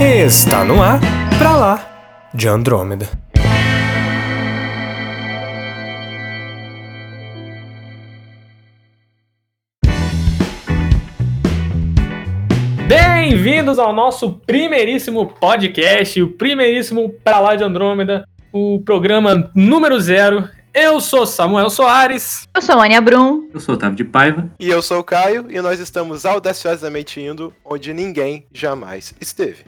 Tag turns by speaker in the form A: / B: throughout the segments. A: Está no ar, pra lá, de Andrômeda.
B: Bem-vindos ao nosso primeiríssimo podcast, o primeiríssimo Pra Lá de Andrômeda, o programa número zero. Eu sou Samuel Soares.
C: Eu sou a Ania Brum.
D: Eu sou o Otávio de Paiva.
E: E eu sou o Caio e nós estamos audaciosamente indo onde ninguém jamais esteve.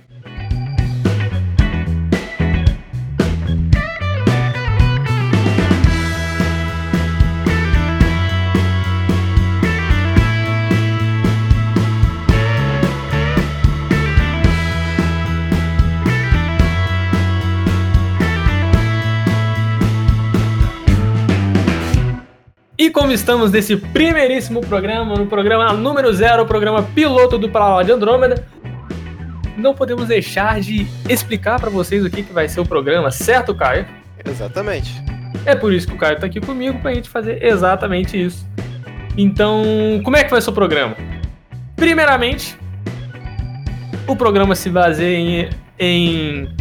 B: E como estamos nesse primeiríssimo programa, no programa número zero, o programa piloto do Pra Lá de Andrômeda, não podemos deixar de explicar pra vocês o que, que vai ser o programa, certo, Caio?
E: Exatamente.
B: É por isso que o Caio tá aqui comigo pra gente fazer exatamente isso. Então, como é que vai ser o programa? Primeiramente, o programa se baseia em, em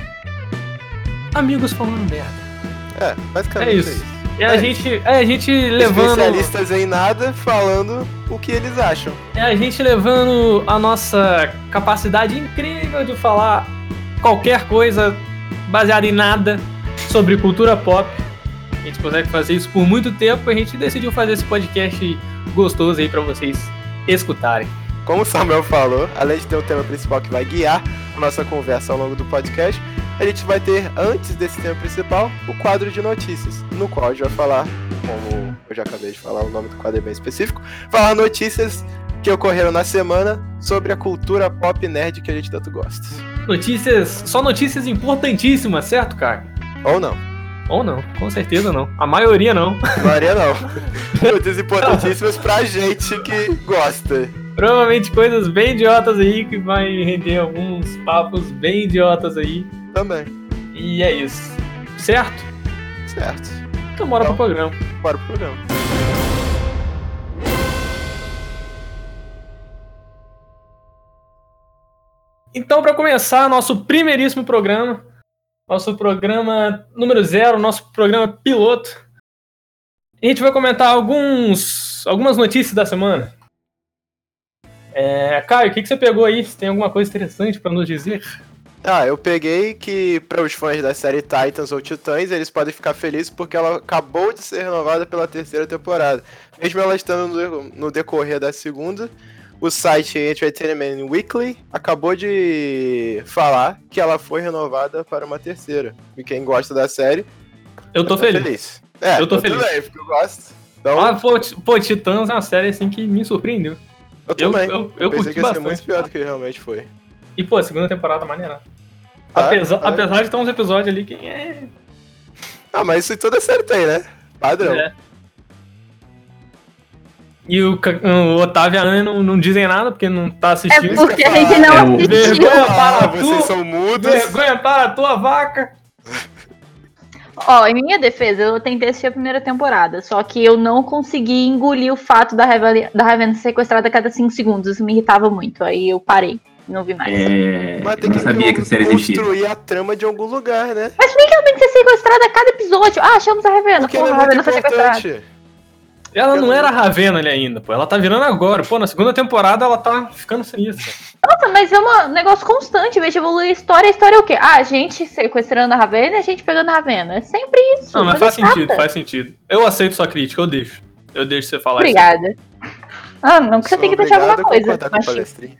B: amigos falando merda.
E: É, basicamente
B: É
E: é
B: isso.
E: isso.
B: É a
E: É.
B: gente, é a gente levando,
E: Especialistas em nada falando o que eles acham.
B: é a gente levando a nossa capacidade incrível de falar qualquer coisa baseada em nada sobre cultura pop. A gente consegue fazer isso por muito tempo, a gente decidiu fazer esse podcast gostoso aí pra vocês escutarem.
E: Como o Samuel falou, além de ter um tema principal que vai guiar a nossa conversa ao longo do podcast, a gente vai ter, antes desse tema principal, o quadro de notícias, no qual a gente vai falar, como eu já acabei de falar, o nome do quadro é bem específico, falar notícias que ocorreram na semana sobre a cultura pop nerd que a gente tanto gosta.
B: Notícias, só notícias importantíssimas, certo, cara?
E: Ou não.
B: Ou não, com certeza não. A maioria não.
E: Maria não. Notícias importantíssimas pra gente que gosta.
B: Provavelmente coisas bem idiotas aí que vai render alguns papos bem idiotas aí.
E: Também.
B: E é isso. Certo?
E: Certo.
B: Então bora pro programa.
E: Bora pro programa.
B: Então, pra começar nosso primeiríssimo programa, nosso programa número zero, nosso programa piloto, a gente vai comentar alguns, algumas notícias da semana. É, Caio, o que, que você pegou aí? Se tem alguma coisa interessante pra nos dizer?
E: Ah, eu peguei que para os fãs da série Titans ou Titãs, eles podem ficar felizes porque ela acabou de ser renovada pela terceira temporada. Mesmo ela estando no, no decorrer da segunda, o site Entertainment Weekly acabou de falar que ela foi renovada para uma terceira. E quem gosta da série,
B: Eu tô
E: tá
B: feliz.
E: É,
B: Eu tô
E: tudo
B: feliz.
E: bem, porque eu gosto. Então,
B: Ah, pô, Ti- pô, Titãs é uma série assim que me surpreendeu.
E: eu
B: Eu,
E: também.
B: eu, eu
E: pensei
B: curti
E: que ia ser
B: bastante.
E: muito pior do que realmente foi.
B: E, pô, a segunda temporada é maneira.
E: Tá,
B: apesar,
E: tá.
B: apesar de ter uns episódios ali que é.
E: Ah, mas isso em toda série tem, né? Padrão.
B: é. E o, Ca- o Otávio e a Ana não, não dizem nada porque não tá
C: É
B: assistindo.
C: porque a gente
D: É
C: não
D: o
C: assistiu.
B: vergonha.
E: Ah,
B: Fala,
E: vocês
B: tu-
E: são mudos.
B: Vergonha para a tua vaca!
C: Ó, em minha defesa, eu tentei assistir a primeira temporada, só que eu não consegui engolir o fato da Raven, da Raven ser sequestrada a cada 5 segundos. Isso me irritava muito. Aí eu parei, não vi mais.
D: É,
E: Mas
D: eu
E: tem
D: não
E: que um
D: sabia que a série existia.
E: construir a trama de algum lugar, né?
C: Mas nem que ela tem que ser sequestrada a cada episódio. Ah, achamos a Ravena.
E: Porque
C: Pô, a
E: ela é muito
C: Ravena foi sequestrada.
E: importante.
B: Ela
E: Eu
B: não
E: não-
B: era a Ravena ali ainda, pô. Ela tá virando agora. Pô, na segunda temporada ela tá ficando sinistra.
C: Nossa, mas é uma- um negócio constante. Em vez de evoluir a história, a história é o quê? Ah, a gente sequestrando a Ravena e a gente pegando a Ravena. É sempre isso.
B: Não, mas
C: coisa
B: faz sentido,
C: é chata.
B: faz sentido. Eu aceito sua crítica, eu deixo. Eu deixo você falar isso.
C: Obrigada. Ah, não que você
E: Sou
C: tem que deixar
E: obrigado
C: alguma
E: a
C: coisa.
E: concordar com o
C: Machi...
E: palestrinho.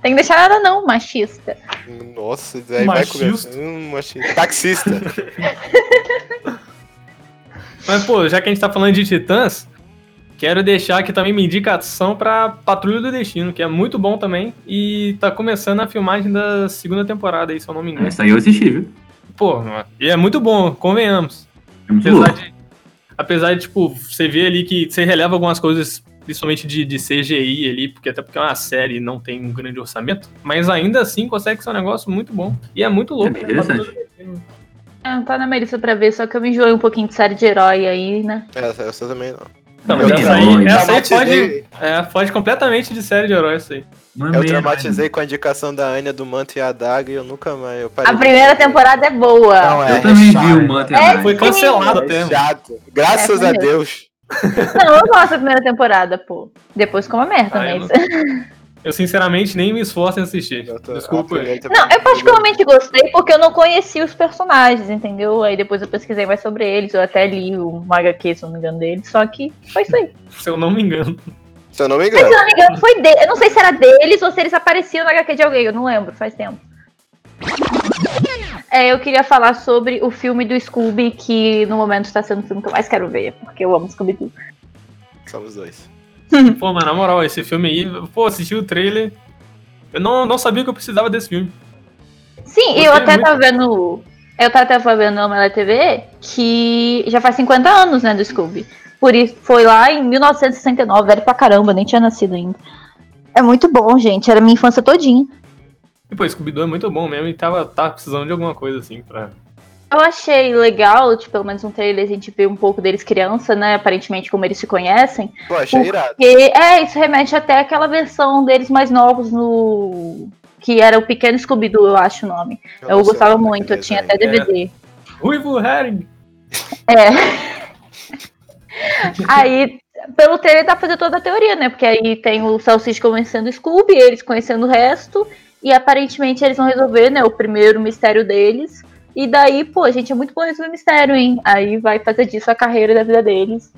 C: Tem que deixar nada não, machista.
E: Nossa, daí vai
B: Machista.
E: começar. Hum, machista. Taxista.
B: Mas, pô, já que a gente tá falando de Titãs, quero deixar aqui também minha indicação pra Patrulha do Destino, que é muito bom também. E tá começando a filmagem da segunda temporada aí, se eu não me
E: um
B: engano.
D: Essa aí eu assisti, viu?
B: Pô, e é muito bom, convenhamos.
D: É muito
B: Apesar
D: louco.
B: de, apesar de, tipo, você vê ali que você releva algumas coisas, principalmente de, de CGI ali, porque até porque é uma série e não tem um grande orçamento, mas ainda assim consegue ser um negócio muito bom. E é muito
D: É
B: louco.
D: bem
B: né?
D: interessante.
C: Ah, tá na minha lista pra ver, só que eu me enjoei um pouquinho de série de herói aí, né?
E: Essa, essa também não.
B: Tá, mas
E: Eu
B: essa aí,
D: traumatizei.
B: essa aí pode, né?
E: traumatizei.
B: é, foge completamente de série de heróis isso aí.
D: Não é
E: Eu
D: meia,
E: traumatizei com a indicação da Anya do manto e a adaga e eu nunca mais. Eu parei
C: A
E: de-
C: primeira temporada é boa.
E: Não,
D: mano.
E: é.
D: Eu também
E: chato.
D: vi o Manta.
C: É,
B: Foi cancelado até.
E: É
B: mano.
E: chato. Graças
C: É,
E: a
C: foi
E: Deus.
C: Não, eu gosto da primeira temporada, pô. Depois ficou uma merda,
B: Ah, eu
C: mas.
B: Eu sinceramente nem me esforço em assistir.
E: Eu tô-
B: Desculpa. é
E: a
C: Não,
E: primeira
C: é
E: temporada-
C: eu particularmente gostei porque eu não conhecia os personagens, entendeu? Aí depois eu pesquisei mais sobre eles, eu até li o HQ, se eu não me engano, deles, só que foi isso aí.
B: Se eu não me engano.
E: Se eu não me
C: Mas se
E: engano.
C: eu não me engano, foi dele. Eu não sei se era deles ou se eles apareciam no HQ de alguém, eu não lembro, faz tempo. É, eu queria falar sobre o filme do Scooby, que no momento está sendo o filme que eu mais quero ver, porque eu amo Scooby-Doo.
E: Somos dois.
B: Pô, mas na moral, esse filme aí, pô, assisti o trailer. Eu não, não sabia que eu precisava desse filme.
C: Sim,
B: Gostei
C: eu até
B: muito.
C: tava vendo. Eu tava até vendo na Melé TV que já faz 50 anos, né, do Scooby. Por isso, foi lá em 1969, velho pra caramba, nem tinha nascido ainda. É muito bom, gente. Era minha infância todinha.
B: E pô, Scooby-Doo é muito bom mesmo e tava, tava precisando de alguma coisa assim pra.
C: Eu achei legal, tipo, pelo menos um trailer a gente vê um pouco deles criança, né? Aparentemente como eles se conhecem.
E: Pô, achei irado.
C: E é, isso remete até àquela versão deles mais novos no. Que era o Pequeno Scooby-Doo, eu acho o nome. Eu,
E: não sei é
C: gostava
E: o nome
C: muito, eu
E: daquele
C: tinha até
E: desenho.
C: DVD.
B: Ruivo Herring!
C: É. aí, pelo trailer dá pra fazer toda a teoria, né? Porque aí tem o Salsicha conhecendo o Scooby, eles conhecendo o resto, e aparentemente eles vão resolver, né, o primeiro mistério deles. E daí, pô, gente, é muito bom resolver mistério, hein? Aí vai fazer disso a carreira da vida deles.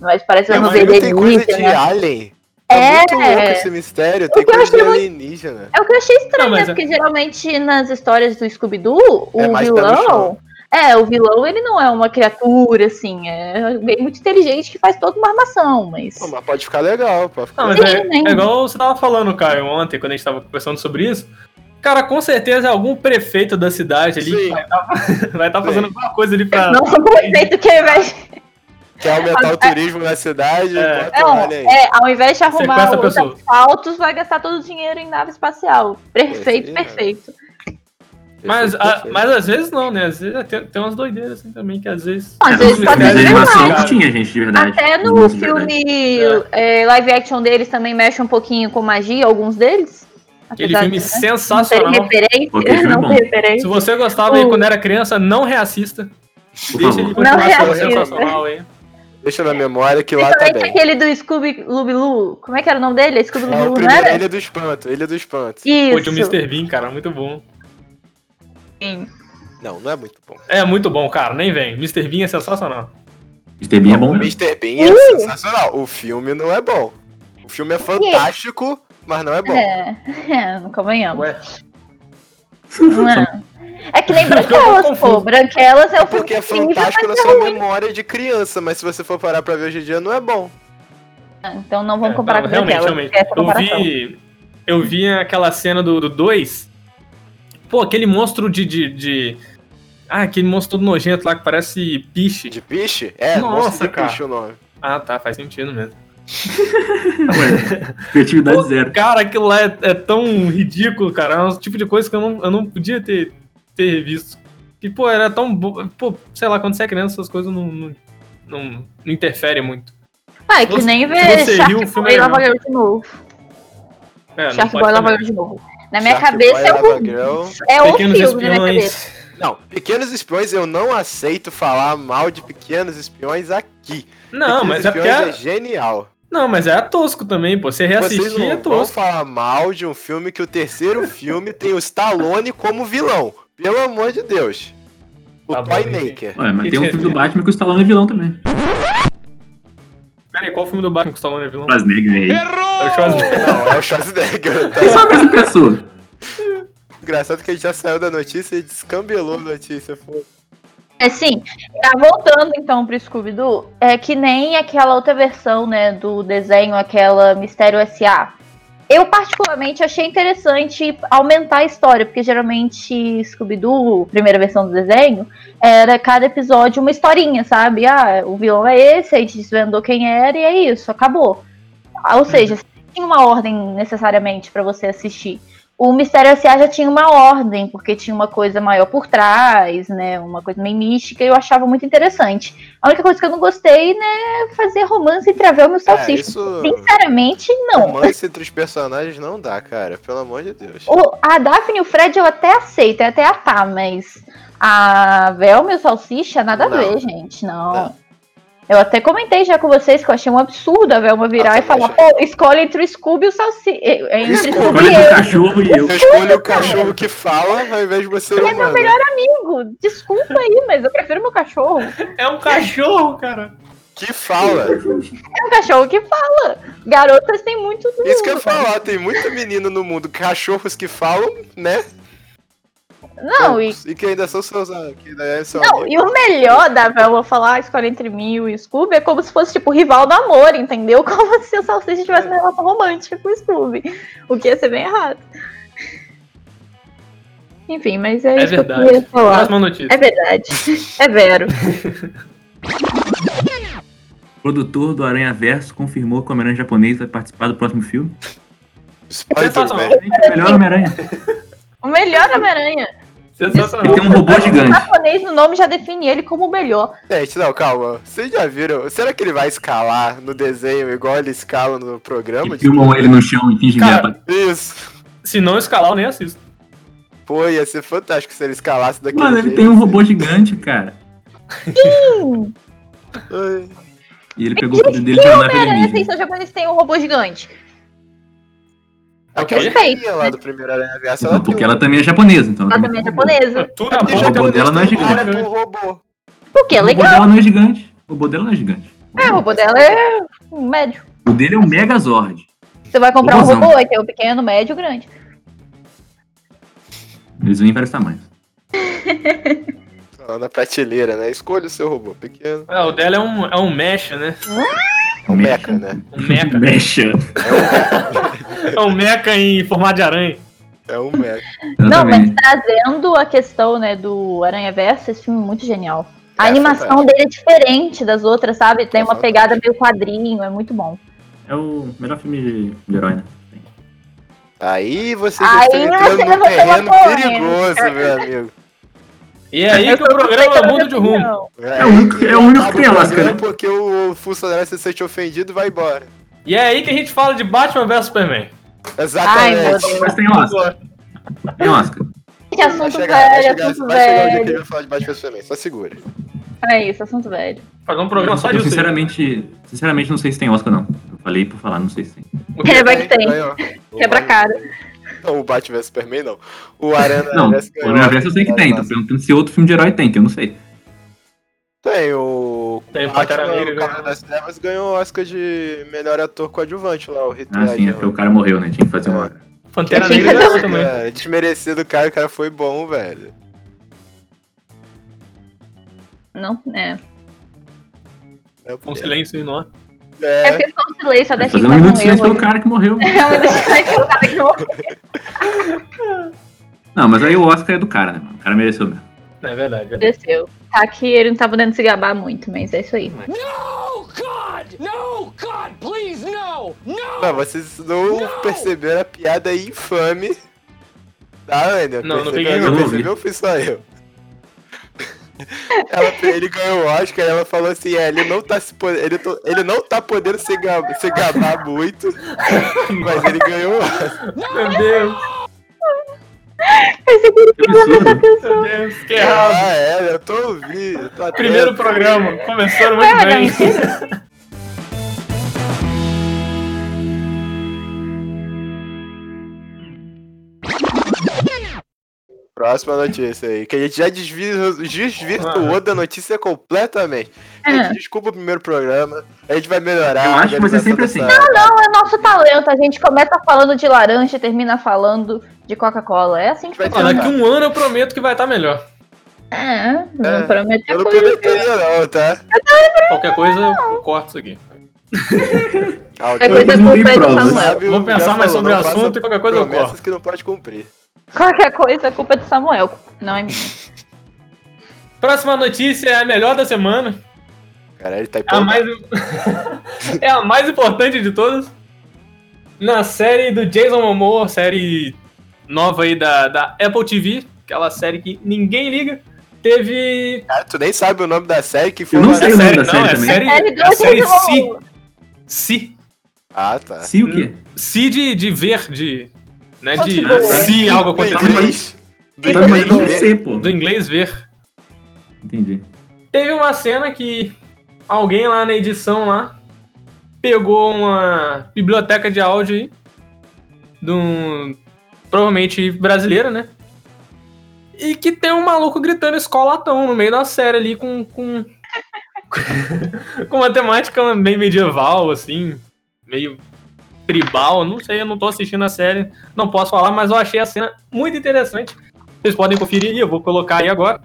C: Mas parece que
E: Não,
C: vamos
E: mas
C: ver
E: não tem coisa
C: delícia,
E: de
C: né?
E: alien.
C: É.
E: É muito louco esse mistério. Tem
C: que eu
E: coisa de
C: achei muito-
E: alienígena.
C: É o que eu achei estranho,
B: Não, mas
C: né?
B: é-
C: Porque geralmente nas histórias do Scooby-Doo, o
E: É mais pé no
C: vilão.
E: chão.
C: É, o vilão ele não é uma criatura, assim, é alguém muito inteligente que faz toda uma armação, mas.
E: Pô, mas pode ficar legal, pode ficar
B: Não, mas
C: Sim,
B: é,
C: né?
B: é igual você tava falando, Caio, ontem, quando a gente tava conversando sobre isso. Cara, com certeza é algum prefeito da cidade ali
E: Sim.
B: vai estar
E: Sim.
B: fazendo alguma coisa ali pra.
C: Não foi perfeito que ao invés,
E: Quer aumentar o turismo na cidade?
B: É.
E: Bota
C: não,
E: um alien aí.
C: é, ao invés de arrumar
B: Sequestra a
C: os
B: pessoa.
C: asfaltos, vai gastar todo o dinheiro em nave espacial. Perfeito,
E: Esse-
C: perfeito.
B: Mas,
E: Perfeito,
B: a-
E: é perfeito.
B: mas às vezes não, né? Às vezes é, tem, tem umas doideiras assim também, que às vezes. é
C: Às vezes
B: Os
C: pode
D: Mas
C: ser né?
D: a
B: mistérios
D: animação
B: são
C: verdade.
D: que tinha, gente, de verdade.
C: Até
D: Os
C: no
D: monstros de verdade.
C: filme
E: né?
C: é, live action deles também mexe um pouquinho com magia, alguns deles.
B: Aquele
C: Apesar
B: filme
C: de né? não ter
B: sensacional.
D: Aquele
C: referência.
D: filme é
C: Não
D: bom.
C: ter
B: Se
C: referência.
B: você gostava aí
C: O-
B: quando era criança, não reassista.
D: Por
B: Deixa ele
D: favor.
B: continuar
C: Não
B: sendo
E: reassista.
B: sensacional aí.
E: Deixa na memória que lá tá
C: Principalmente
E: bem.
C: aquele do Scooby Lubilu. Como é que era o nome dele? É Scooby
E: É o
C: Lubilu, né?
E: primeiro Ilha do Espanto, Ilha do Espanto.
B: Pô, de um
C: Isso.
B: Mr. Bean, cara, muito bom.
E: Não, não é muito bom.
B: É muito bom, cara, nem vem. Mr. Bean é sensacional.
D: Mr. Bean é
E: O
D: bom. mesmo.
E: Mr. Bean é sensacional. O filme não é bom. O filme é fantástico, mas não é bom.
C: É, não convenhamos.
E: Ué,
C: Não. É que nem Branquelas, pô.
B: confuso.
C: Branquelas é
E: é
C: o filme
E: porque é
C: que ninguém vai
E: fantástico na
C: fazer
E: sua
C: ruim.
E: memória de criança, mas se você for parar pra ver hoje em dia, não é bom.
C: Então não vamos
B: É,
C: comparar
B: não,
C: com
B: realmente,
C: Branquelas.
B: realmente.
C: essa
B: Eu
C: comparação.
B: vi, eu vi aquela cena do 2. Pô, aquele monstro de, de, de- Ah, aquele monstro todo nojento lá que parece piche.
E: De piche? É,
B: Nossa,
E: Monstro de
B: cara.
E: piche o nome.
B: Ah, tá, faz sentido mesmo.
D: Ué, criatividade zero.
B: Cara, aquilo lá é, é tão ridículo, cara. É um tipo de coisa que eu não, eu não podia ter, ter visto. E, pô, era tão. bo- Pô, sei lá, quando você é criança, essas coisas não, não, não, não interferem muito.
C: Ah, é que
B: Você-
C: nem ver
B: você riu, o filme
C: Sharkboy
B: é
C: e
B: legal.
C: Lava Girl de novo.
B: É, não pode
C: Sharkboy e
B: também.
C: Lava Girl de novo. Na minha
E: Shark
C: cabeça
E: Boy,
C: é
E: Lava
C: o,
E: Girl.
C: é o
B: Pequenos
C: filme na minha cabeça.
B: espiões.
E: Não, Pequenos Espiões eu não aceito falar mal de Pequenos Espiões aqui.
B: Não,
E: Pequenos
B: mas é porque.
E: Espiões é
B: É...
E: genial.
B: Não, mas é tosco também, pô. Você
E: Vocês
B: reassistir é
E: não vão
B: tosco.
E: falar mal de um filme que o terceiro filme tem o Stallone como vilão. Pelo amor de Deus. O
B: Tá bom,
E: Toymaker.
D: Ué, mas tem um filme do Batman que o Stallone é vilão também.
B: Peraí, qual o filme do Batman que o Stallone é vilão?
D: Mas nega aí.
B: É o Schwarzenegger.
E: Não, é o Schwarzenegger. Tá
D: É só a mesma pessoa.
E: engraçado que a gente já saiu da notícia e descambelou a notícia. Pô.
C: É sim, tá voltando então pro Scooby-Doo, é que nem aquela outra versão, né, do desenho, aquela Mistério S.A. Eu particularmente achei interessante aumentar a história, porque geralmente Scooby-Doo, primeira versão do desenho, era cada episódio uma historinha, sabe? Ah, o vilão é esse, a gente desvendou quem era e é
E: Uhum.
C: isso, acabou. Ah, Ou seja, você não tinha uma ordem necessariamente pra você assistir. o Mistério S.A. já tinha uma ordem, porque tinha uma coisa maior por trás, né? Uma coisa meio mística, e eu achava muito interessante. A única coisa que eu não gostei, né, é fazer romance entre a Velma e o
E: É,
C: Salsicha.
E: isso.
C: Sinceramente, não.
E: Romance entre os personagens não dá, cara. Pelo amor de Deus.
C: O- a Daphne e o Fred eu até aceito, eu até a tá, mas a Velma e o Salsicha, nada
E: Não.
C: a ver, gente, não.
E: Não.
C: Eu até comentei já com vocês que eu achei um absurdo a Velma virar
E: Ah,
C: e falar,
E: também
C: pô, escolhe entre o Scooby e o Salsicha. Entre
E: Scooby.
C: Scooby
D: Olha pro
C: e
D: cachorro e eu.
E: Eu escolho o cachorro que fala ao invés de você
C: Ele é meu
E: humano.
C: melhor amigo. Desculpa aí, mas eu prefiro meu cachorro.
B: É um cachorro, cara.
E: Que fala.
C: É um cachorro que fala. Garotas têm muito do
E: Isso que eu ia falar, tem muito menino no mundo, cachorros que falam, né?
C: Não, e,
E: que ainda são seus amigos. que ainda é seu
C: não,
E: amigo.
C: e o melhor da Velma falar a escolha entre mim e o Scooby é como se fosse, tipo, rival do amor, entendeu? Como se o Salsicha tivesse uma relação romântica com o Scooby. O que ia ser bem errado. Enfim, mas é,
B: É
C: isso
B: verdade.
C: que eu queria falar.
B: Próxima notícia.
C: É verdade. É vero.
D: Produtor do Aranha Verso confirmou que o Homem-Aranha japonês vai participar do próximo filme.
E: Spider-Man.
D: Gente, o melhor Homem-Aranha.
C: O melhor Homem-Aranha.
D: Ele
B: Sensacional.
D: tem um robô
C: O
D: gigante.
C: japonês no nome já define ele como o melhor.
E: Gente, não, calma. Vocês já viram? Será que ele vai escalar no desenho igual ele escala no programa?
D: E filmam ele no chão e fingem que é
B: Cara,
D: pra-
E: Isso.
B: se não escalar, eu nem assisto.
E: Pô, ia ser fantástico se ele escalasse daquele
D: Mano, ele
E: jeito.
D: tem um robô gigante, cara.
E: Ai.
D: E ele pegou o poder dele
C: que né?
D: pra andar
C: Homem-Aranha sem
D: alienígena.
C: seu japonês tem um robô gigante?
B: É
E: Aquela
C: Respeito,
E: menininha lá do primeiro Aranha Versa,
D: Não, porque
E: tem
D: ela também é japonesa, então.
C: Ela também é japonesa.
B: Tudo é
E: um-
D: o
E: Ele já
B: bom.
D: robô
E: tem um
D: dela não é
E: destino
B: gigante.
E: pro robô.
C: Porque é
D: O robô
C: legal.
D: dela não é gigante. O robô dela não é gigante.
C: É, o robô dela é um médio.
D: O dele é um Megazord.
C: Você vai comprar um
D: Robôzão.
C: robô, é que é o pequeno, médio, grande.
D: Eles vêm em vários tamanhos.
E: Lá na prateleira, né? Escolha o seu robô pequeno.
B: Ah, o dela é um, é um mecha, né?
E: É um mecha, né?
B: Um mecha.
D: Mecha.
B: É um mecha em formato de aranha.
E: É um mecha.
C: Não, mas tá.
D: Exatamente.
C: trazendo a questão, né, do Aranha Verso, esse filme é muito genial. A
E: É,
C: animação
E: fantástico.
C: dele é diferente das outras, sabe? Tem uma
E: É
C: pegada meio quadrinho, é muito bom.
D: É o melhor filme de, de herói, né?
E: Aí você
C: Aí
E: está entrando
C: você
E: num
C: levantou
E: terreno
C: uma polêmica.
E: perigoso, meu amigo.
B: E é aí
C: Eu
B: que
C: sou
B: o programa
C: suspeita da
B: muda de
C: minha
B: rumo.
C: opinião.
D: É o único- é o único que tem,
E: Acaba o
D: Alaska,
E: programa
D: né?
E: Porque o funcionário se sente ofendido e vai embora.
B: E é aí que a gente fala de Batman vs Superman.
C: Ai, meu
E: Exatamente.
C: Deus.
D: Mas tem Oscar. Tem Oscar.
C: Gente,
E: Vai
C: assunto
E: chegar, vai
C: velho,
E: chegar,
C: assunto
E: vai chegar o dia que
C: velho.
E: ele vai falar de Batman Superman, só segura.
C: É isso, assunto velho.
B: Fazer um programa só
D: Eu
B: disso. aí.
D: sinceramente, sinceramente não sei se tem Oscar, não. Eu falei por falar, não sei se tem.
B: O quê?
C: É, vai que tem.
E: Ganhou.
C: Quebra a cara.
E: Não, o Batman vs Superman não. O Arena
D: Não,
E: vs
D: o Universo eu sei que tem. tá? Tô perguntando se outro filme de herói tem, que eu não sei.
E: Tem o.
B: Tem né? o Pantera
E: Batman,
B: Negra,
E: o Cavaleiro das Trevas ganhou o Oscar de melhor ator coadjuvante lá, o Heath
D: Ah, sim, é
E: Ledger.
D: porque o cara morreu, né? Tinha que fazer uma.
B: Pantera
C: Eu tinha
B: Negra
C: que um-
B: ganhou também.
E: É, desmerecido o cara, o cara foi bom, velho.
C: Não, é.
E: É,
B: Um silêncio enorme.
C: É
E: é,
C: porque ficou um silêncio, a
D: Vai
C: Daphne
D: fazer um
C: tá com
D: minuto de silêncio
C: eu
D: pelo
C: aí.
D: cara que morreu.
C: É, um minuto de silêncio pelo cara que eu-
D: Não, mas aí o Oscar é do cara, né? mano? O cara mereceu mesmo.
B: É verdade. verdade.
C: Aconteceu. Tá que ele não tá podendo se gabar muito, mas é isso aí.
E: não, vocês não, perceberam a piada infame. Tá, Ander?
B: Não, não
E: Percebeu?
B: peguei,
D: não.
E: percebeu? Fui só eu. Ela- ele ganhou o Oscar ela falou assim: é, ele não tá se po- ele, to- ele não tá podendo se, ga- se gabar muito, mas ele ganhou o Oscar.
B: Meu Deus,
C: Esse
D: Que absurdo.
B: meu Deus, que Tá errado.
E: Ah, é, eu tô ouvindo. eu tô atento.
B: Primeiro programa, começando
C: Ué,
B: muito bem.
C: mentira.
E: Próxima notícia aí, que a gente já desvi- desvirtuou da notícia completamente. Gente, desculpa o primeiro programa, a gente vai melhorar.
D: É. Eu
E: a
D: acho que vai ser sempre
E: organização
D: assim.
E: dessa-
C: Não é nosso talento, a gente começa falando de laranja e termina falando de Coca-Cola. É assim que
E: Vai
B: Ó,
C: funciona.
B: daqui um ano eu prometo que vai estar melhor.
C: É,
E: É,
C: não promete
E: Eu não
C: coisa.
E: prometeria não, tá?
B: Qualquer coisa eu corto isso aqui.
E: Ah, o
C: É
E: Deus
C: coisa
D: Não tem
C: culpa é do
D: provas.
C: Samuel.
E: sabe,
B: Vou
E: já
B: pensar mais
E: falou,
B: sobre o
E: não faça
B: assunto e qualquer coisa eu
E: promessas
B: corto.
E: que não pode cumprir.
C: Qualquer coisa é culpa do Samuel. Não é minha.
B: Próxima notícia é a melhor da semana.
E: Caralho,
B: É
E: tá
B: a
E: empolgado.
B: mais, é a mais importante de todas. Na série do Jason Momoa, série nova aí da, da Apple TV, aquela série que ninguém liga. Teve.
E: Cara, tu nem sabe o nome da série que
D: Eu
E: filma.
D: não sei o nome da
B: não,
D: série
B: é
D: também.
B: série,
C: Série
B: é a
C: do
B: série
C: João.
B: Si. Si.
E: Ah, tá.
D: Se o quê?
B: Si de, de ver, de. Né,
C: Só
B: de.
C: tipo, é.
B: Si, algo
E: Foi
B: acontecendo.
E: inglês. Do
D: Tá, mas
E: inglês.
D: não sei, pô.
B: Do inglês ver.
D: Entendi.
B: Teve uma cena que alguém lá na edição lá pegou uma biblioteca de áudio aí, de um, provavelmente brasileiro, né? E que tem um maluco gritando escolatão no meio da série ali com com, com uma temática meio medieval, assim, meio tribal, não sei, eu não tô assistindo a série, não posso falar, mas eu achei a cena muito interessante. Vocês podem conferir aí, eu vou colocar aí agora.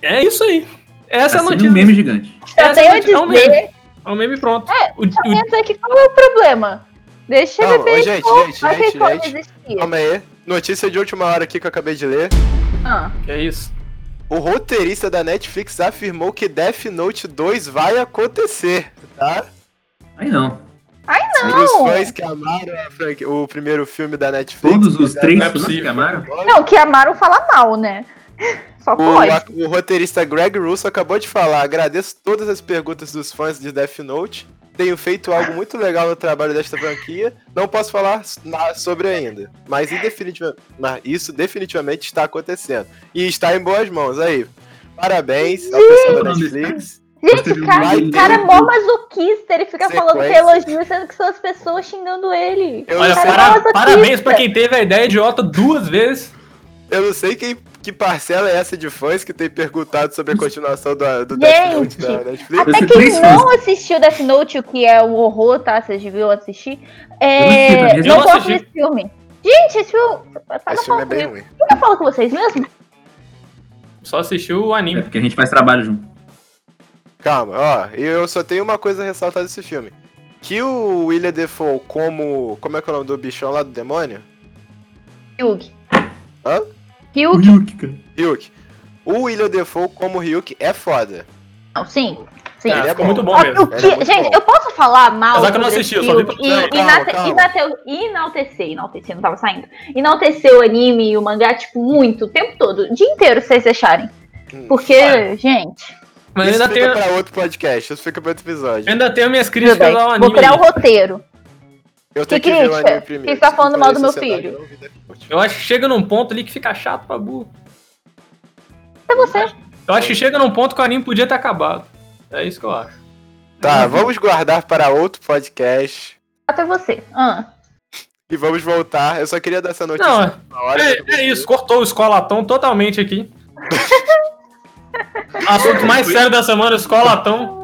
B: É isso aí. Essa é a
D: Tá sendo
B: notícia.
D: um meme gigante.
C: Eu
B: Essa
C: tenho a
B: notícia- é um
C: dizer,
B: meme. É um meme pronto. O- o-
C: Pensa aqui, qual é o problema? Deixa
E: Não,
C: ele
E: ô,
C: ver
E: gente,
C: como
E: gente,
C: a
E: gente,
C: reforma
E: gente.
C: existia.
E: Calma aí. Notícia de última hora aqui que eu acabei de ler.
C: Ah,
B: que é isso?
E: O roteirista da Netflix afirmou que Death Note 2 vai acontecer, tá?
D: Aí não.
E: E os
C: Não.
E: fãs que amaram a franqui- o primeiro filme da Netflix.
D: Todos os três
B: Não é
D: fãs que
B: possível.
D: amaram.
C: não, que amaram falar mal, né? Só
E: O,
C: pode.
E: a- o roteirista Greg Russo acabou de falar. Agradeço todas as perguntas dos fãs de Death Note. Tenho feito algo muito legal no trabalho desta franquia. Não posso falar s- na- sobre ainda. Mas, indefinitiva- mas isso definitivamente está acontecendo. E está em boas mãos. Aí. Parabéns ao pessoal da Netflix.
D: Você viu
C: Gente, cara,
E: o
C: o cara é
D: vídeo?
C: mó masoquista, ele fica falando que é
E: Sequência.
C: elogio, sendo que são as pessoas xingando ele.
E: Eu,
B: Olha,
E: não sei-
C: Cara,
B: para-
C: nossa,
B: parabéns
C: pista.
B: pra quem teve a ideia idiota duas vezes.
E: eu não sei quem, que parcela é essa de fãs que tem perguntado sobre a continuação do, do
C: Gente,
E: Death Note da Netflix.
D: Você
C: Até
D: fez
C: quem não
D: isso?
C: assistiu Death Note, o que é um horror, tá? Vocês deviam assistir.
D: Eu não
C: É...
D: assisti,
B: eu
C: Não
B: não
C: gosto
B: assisti.
C: desse filme. Gente, esse filme. Tá
E: Esse filme é bem ruim.
C: eu falo com vocês mesmo?
B: Só assistiu o
D: É
B: anime.
D: porque a gente faz trabalho junto.
E: Calma, ó, eu só tenho uma coisa a ressaltar desse filme. Que o William Defoe como. Como é que é o nome do bichão lá do demônio?
C: Ryuk.
E: Hã?
D: O
C: Ryuk,
D: Yuki, cara.
E: Ryuk. O William Defoe como Ryuk é foda.
C: não, sim. Sim.
B: Ah,
E: é
B: ficou
E: bom.
B: muito bom
C: Ah,
B: mesmo.
C: o que-
E: Ele é muito
C: gente,
E: bom.
C: eu posso falar mal
B: Apesar que eu não
C: sobre
B: assisti,
C: esse
B: eu só vi
C: filme
B: pela-
C: e,
E: Não,
C: inate-
E: calma,
C: inate- enaltecer, enaltecer, não tava saindo. Enaltecer o anime e o mangá, tipo, muito, o tempo todo, o dia inteiro, se vocês acharem.
E: Hum,
C: Porque, gente,
B: Mas
E: isso
B: ainda tenho,
E: fica pra outro podcast, isso fica pra outro episódio.
B: ainda tenho minhas
C: tudo
B: críticas
C: bem,
B: ao anime.
C: vou criar o roteiro.
E: Eu tenho
C: que
E: que, ver o
C: crítica?
E: anime primeiro.
C: Quem tá falando mal do meu
E: Esse cenário
C: filho?
E: eu não vi Death Note.
B: Eu acho que chega num ponto ali que fica chato pra burro.
C: É você.
B: Eu acho que chega num ponto que o anime podia ter acabado. É isso que eu acho.
E: Tá, vamos guardar para outro podcast.
C: Até você. Ah,
E: E vamos voltar. Eu só queria dar essa notícia
B: Não,
E: na hora.
B: é, é isso. Cortou o escolatão totalmente aqui. Assunto mais sério da semana, escolatão.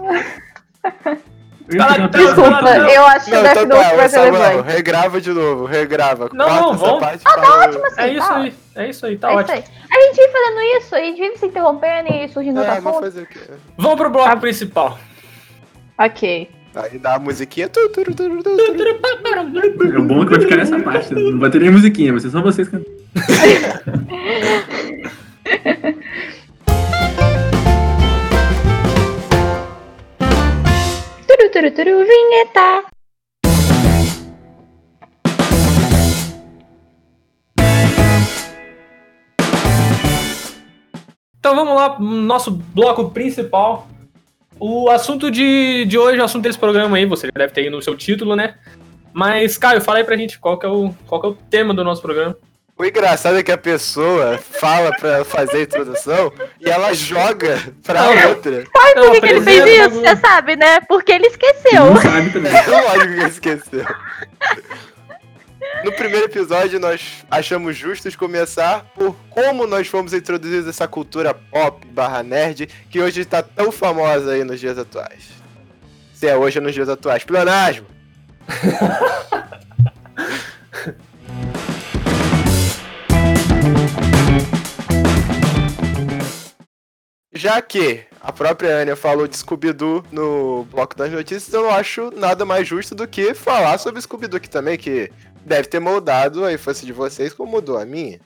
D: Eu ia fazer uma piada.
C: desculpa, eu acho que
E: Não,
C: o Death
E: então tá,
C: Note vai ser
E: ô, Samuel,
C: relevante.
E: regrava de novo, regrava.
B: Não,
E: Corta
B: não,
E: essa
B: vamos.
E: parte e
B: É
E: fala-
C: Assim,
B: isso
C: tá
B: aí. É isso aí, tá
C: É isso
B: ótimo.
C: aí. A gente vive fazendo isso, a gente vive se interrompendo e surgindo outra
E: É, mas
C: foto.
E: fazer o quê?
B: Vamos pro bloco
C: Tá.
B: principal.
C: Ok.
E: Aí dá a musiquinha. tu, tu, tu, tu, tu, tu.
D: É bom que vai ficar nessa parte. né? Não vai ter nem musiquinha, vai ser só vocês cantando.
C: Turu, turu, turu, vinheta.
B: Então vamos lá, pro nosso bloco principal. O assunto de, de hoje, o assunto desse programa aí, você já deve ter aí no seu título, né? Mas, Caio, fala aí pra gente qual que é o, qual que é o tema do nosso programa.
E: O engraçado é que a pessoa fala pra fazer a introdução e ela joga pra
B: Não.
E: outra.
B: Ai,
C: Por que, que ele fez isso? Você sabe, né? Porque ele esqueceu.
D: Não sabe também.
E: Eu acho que esqueceu. No primeiro episódio, nós achamos justos começar por como nós fomos introduzidos a essa cultura pop barra nerd que hoje tá tão famosa aí nos dias atuais. Se é hoje ou nos dias atuais. Pleonasmo! Já que a própria Ania falou de Scooby-Doo no bloco das notícias, eu não acho nada mais justo do que falar sobre Scooby-Doo aqui também, que deve ter moldado a infância de vocês como mudou a minha.